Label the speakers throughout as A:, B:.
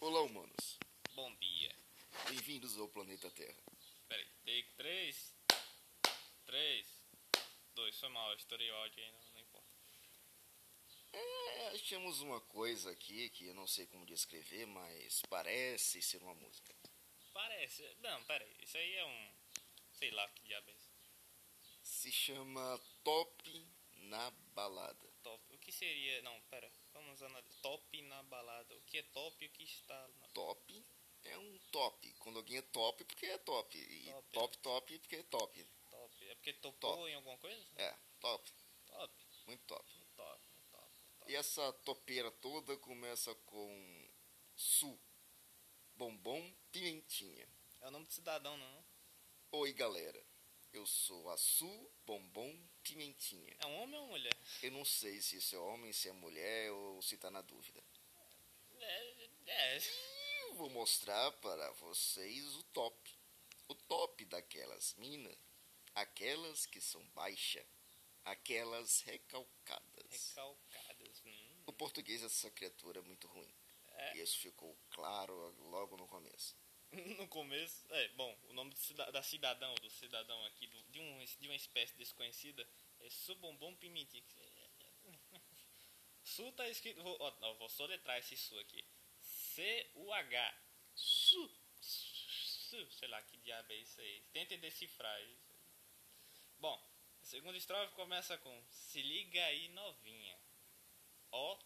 A: Olá, humanos.
B: Bom dia.
A: Bem-vindos ao planeta Terra.
B: Peraí, take 3. 3. 2, foi mal, eu estourei o áudio ainda, não importa.
A: É, achamos uma coisa aqui que eu não sei como descrever, mas parece ser uma música.
B: Parece. Não, peraí, isso aí é um. Sei lá que diabo é isso.
A: Se chama Top na Balada.
B: Top. O que seria. Não, pera. Vamos analisar. Top na balada. O que é top e o que está na.
A: Top é um top. Quando alguém é top, porque é top. E
B: Top.
A: top, top, porque é top.
B: Top. É porque topou
A: Top.
B: em alguma coisa?
A: É, top.
B: Top.
A: Muito top.
B: Top, top, top.
A: E essa topeira toda começa com Su, Bombom, Pimentinha.
B: É o nome do cidadão, não? é?
A: Oi, galera. Eu sou a Su, Bombom, Pimentinha.
B: É um homem ou uma mulher?
A: Eu não sei se isso é homem, se é mulher ou se tá na dúvida.
B: É. É.
A: Eu vou mostrar para vocês o top. O top daquelas minas. Aquelas que são baixa. Aquelas recalcadas.
B: Recalcadas. Hum.
A: O português dessa criatura é muito ruim.
B: É.
A: E isso ficou claro logo no começo.
B: No começo, é, bom, o nome do cida- da cidadão, do cidadão aqui, do- de, um, de uma espécie desconhecida, é Subombom Pimentinha. Su tá escrito, vou, ó, ó, vou soletrar esse Su aqui. C-U-H.
A: Su.
B: Su, sei lá que diabo é isso aí. Tentem decifrar isso. Bom, a segunda estrofe começa com Se liga aí, novinha. Ó,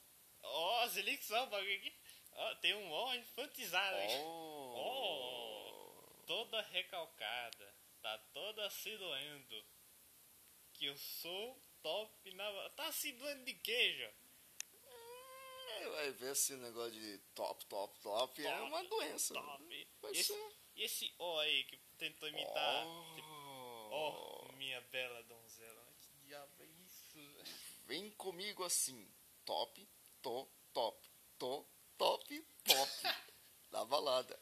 B: ó, se liga só o bagulho aqui. Ó, tem um ó infantizado aqui.
A: Oh.
B: toda recalcada, tá toda se doendo. Que eu sou top na. ba- Tá se doendo de queijo?
A: É, vai ver esse negócio de top, top, top, é uma doença.
B: Top.
A: Vai
B: E esse,
A: ser.
B: e esse O aí que tentou imitar.
A: Oh.
B: Tipo, ó, minha bela donzela. Que diabo é isso?
A: Vem comigo assim. Top, to, top, to, top, top. Na balada.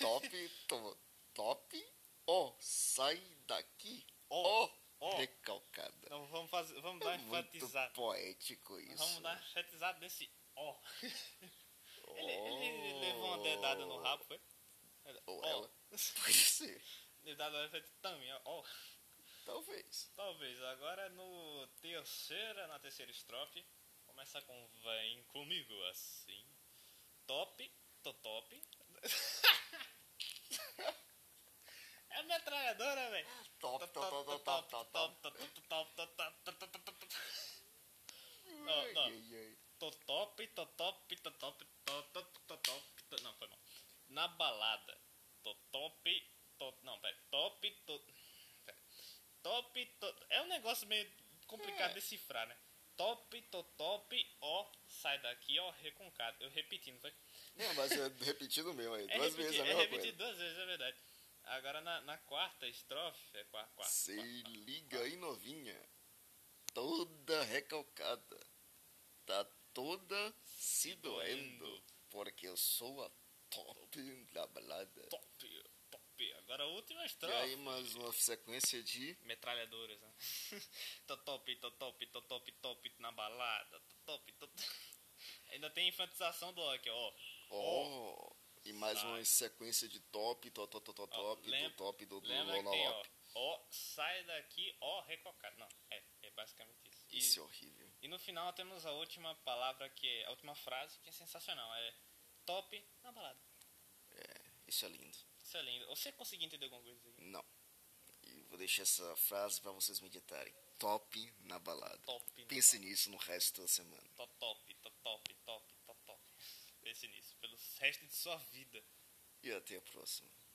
A: Top, to, top, ó. Sai daqui.
B: Ó,
A: Ó.
B: ó.
A: Recalcada.
B: Não, vamos fazer. Vamos
A: Oh.
B: dar
A: É muito
B: enfatizado.
A: poético isso. né?
B: Vamos dar enfatizado nesse O.
A: Ó.
B: ele, ele levou uma dedada no rabo, foi?
A: Oh. Ou
B: Ó.
A: ela. Pode ser.
B: Dedada foi também, ó. ó.
A: Talvez.
B: Talvez agora no terceira, na terceira estrofe, começa com vem comigo assim. Top, tô top. é a metralhadora, velho.
A: Top, top, top, top, top, top.
B: Não, não.
A: Ai, ai, ai.
B: Tô top, tô top, tô top, tô top, tô top, tô- Não, foi mal. Na balada. Tô top, tô. Não, pera. Top, tô. pera. Top, tô. É um negócio meio complicado
A: É.
B: de cifrar, né? Top, tô top, ó. Sai daqui, ó, reconcado. Eu repetindo, foi?
A: Não, mas é repetido mesmo aí.
B: É
A: Duas
B: repeti-
A: vezes a
B: é
A: mesma coisa.
B: repetido duas vezes, é verdade. Agora na, na quarta estrofe. É quarta, quarta.
A: Se liga aí, novinha. Toda recalcada. Tá toda se doendo. Porque eu sou a top da balada.
B: Top, top. Agora a última
A: E
B: estrofe.
A: aí, mais uma sequência de.
B: metralhadoras, né? tô top, tô top, tô top, top na balada, tô top, tô Ainda tem infantização do Loki, ó.
A: Ó. E mais
B: Sai.
A: uma sequência de top, to, to, to, to,
B: Ó,
A: top,
B: lem-
A: do top, do do
B: Lembra que tem, ó,
A: lololop.
B: ó, sai daqui, ó, recocado. Não, é, é basicamente isso. E,
A: Isso é horrível.
B: e no final temos a última palavra que é, a última frase que é sensacional, é top na balada.
A: Isso é lindo.
B: Isso é lindo. Você conseguiu entender alguma coisa aí?
A: Não. E vou deixar essa frase pra vocês meditarem. Top na balada.
B: Top na
A: Pense
B: balada.
A: nisso no resto da semana.
B: Tô top, tô top, top, tô top. Pense nisso, pelo resto de sua vida.
A: E até a próxima.